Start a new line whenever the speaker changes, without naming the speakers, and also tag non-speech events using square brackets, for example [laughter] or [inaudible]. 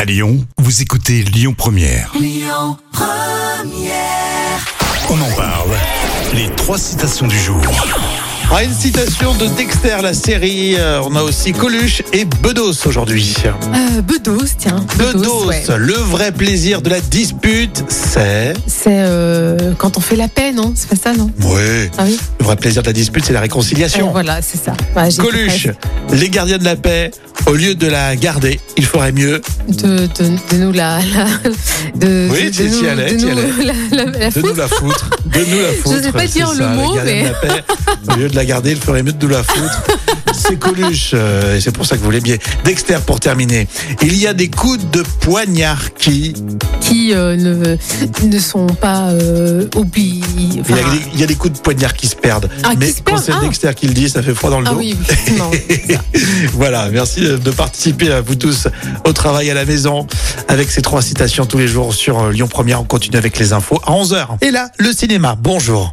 À Lyon, vous écoutez Lyon Première. On en parle. Les trois citations du jour.
Ah, une citation de Dexter, la série. Euh, On a aussi Coluche et Bedos aujourd'hui.
Euh, Bedos, tiens.
Bedos,
ouais.
le vrai plaisir de la dispute, c'est...
C'est euh, quand on fait la paix, non C'est pas ça, non
Ouais.
Ah oui
Le vrai plaisir de la dispute, c'est la
Euh,
réconciliation.
Voilà, c'est ça. Voilà, j'ai
Coluche,
fait
les gardiens de la paix, au lieu de la garder, il ferait mieux
De, de- de nous la. [laughs] la- de,
Oui,
de-
t'y-
de
t'y
nous-
allais,
de
t'y
nous-
allais.
La, la- la
de nous
foutre.
la foutre. De nous
[laughs]
la foutre.
sais pas
c'est
dire le
ça,
mot,
les gardiens
mais-
de la paix, au lieu de la garder, il ferait mieux de nous la
[laughs]
foutre. C'est Coluche, euh, et c'est pour ça que vous l'aimiez. Dexter, pour terminer, il y a des coups de poignard qui...
Qui euh, ne, ne sont pas euh, oubliés.
Il y, a
Enfin,
des, il y a des coups de poignard qui se perdent.
Ah, qui
mais
se
quand
perdent,
c'est
ah.
Dexter qui le dit, ça fait froid dans le dos.
ah oui, effectivement.
[laughs] voilà, merci de- de participer à vous tous au travail à la maison avec ces trois citations tous les jours sur euh, Lyon Première. On continue avec les infos à 11h. Et là, le cinéma. Bonjour.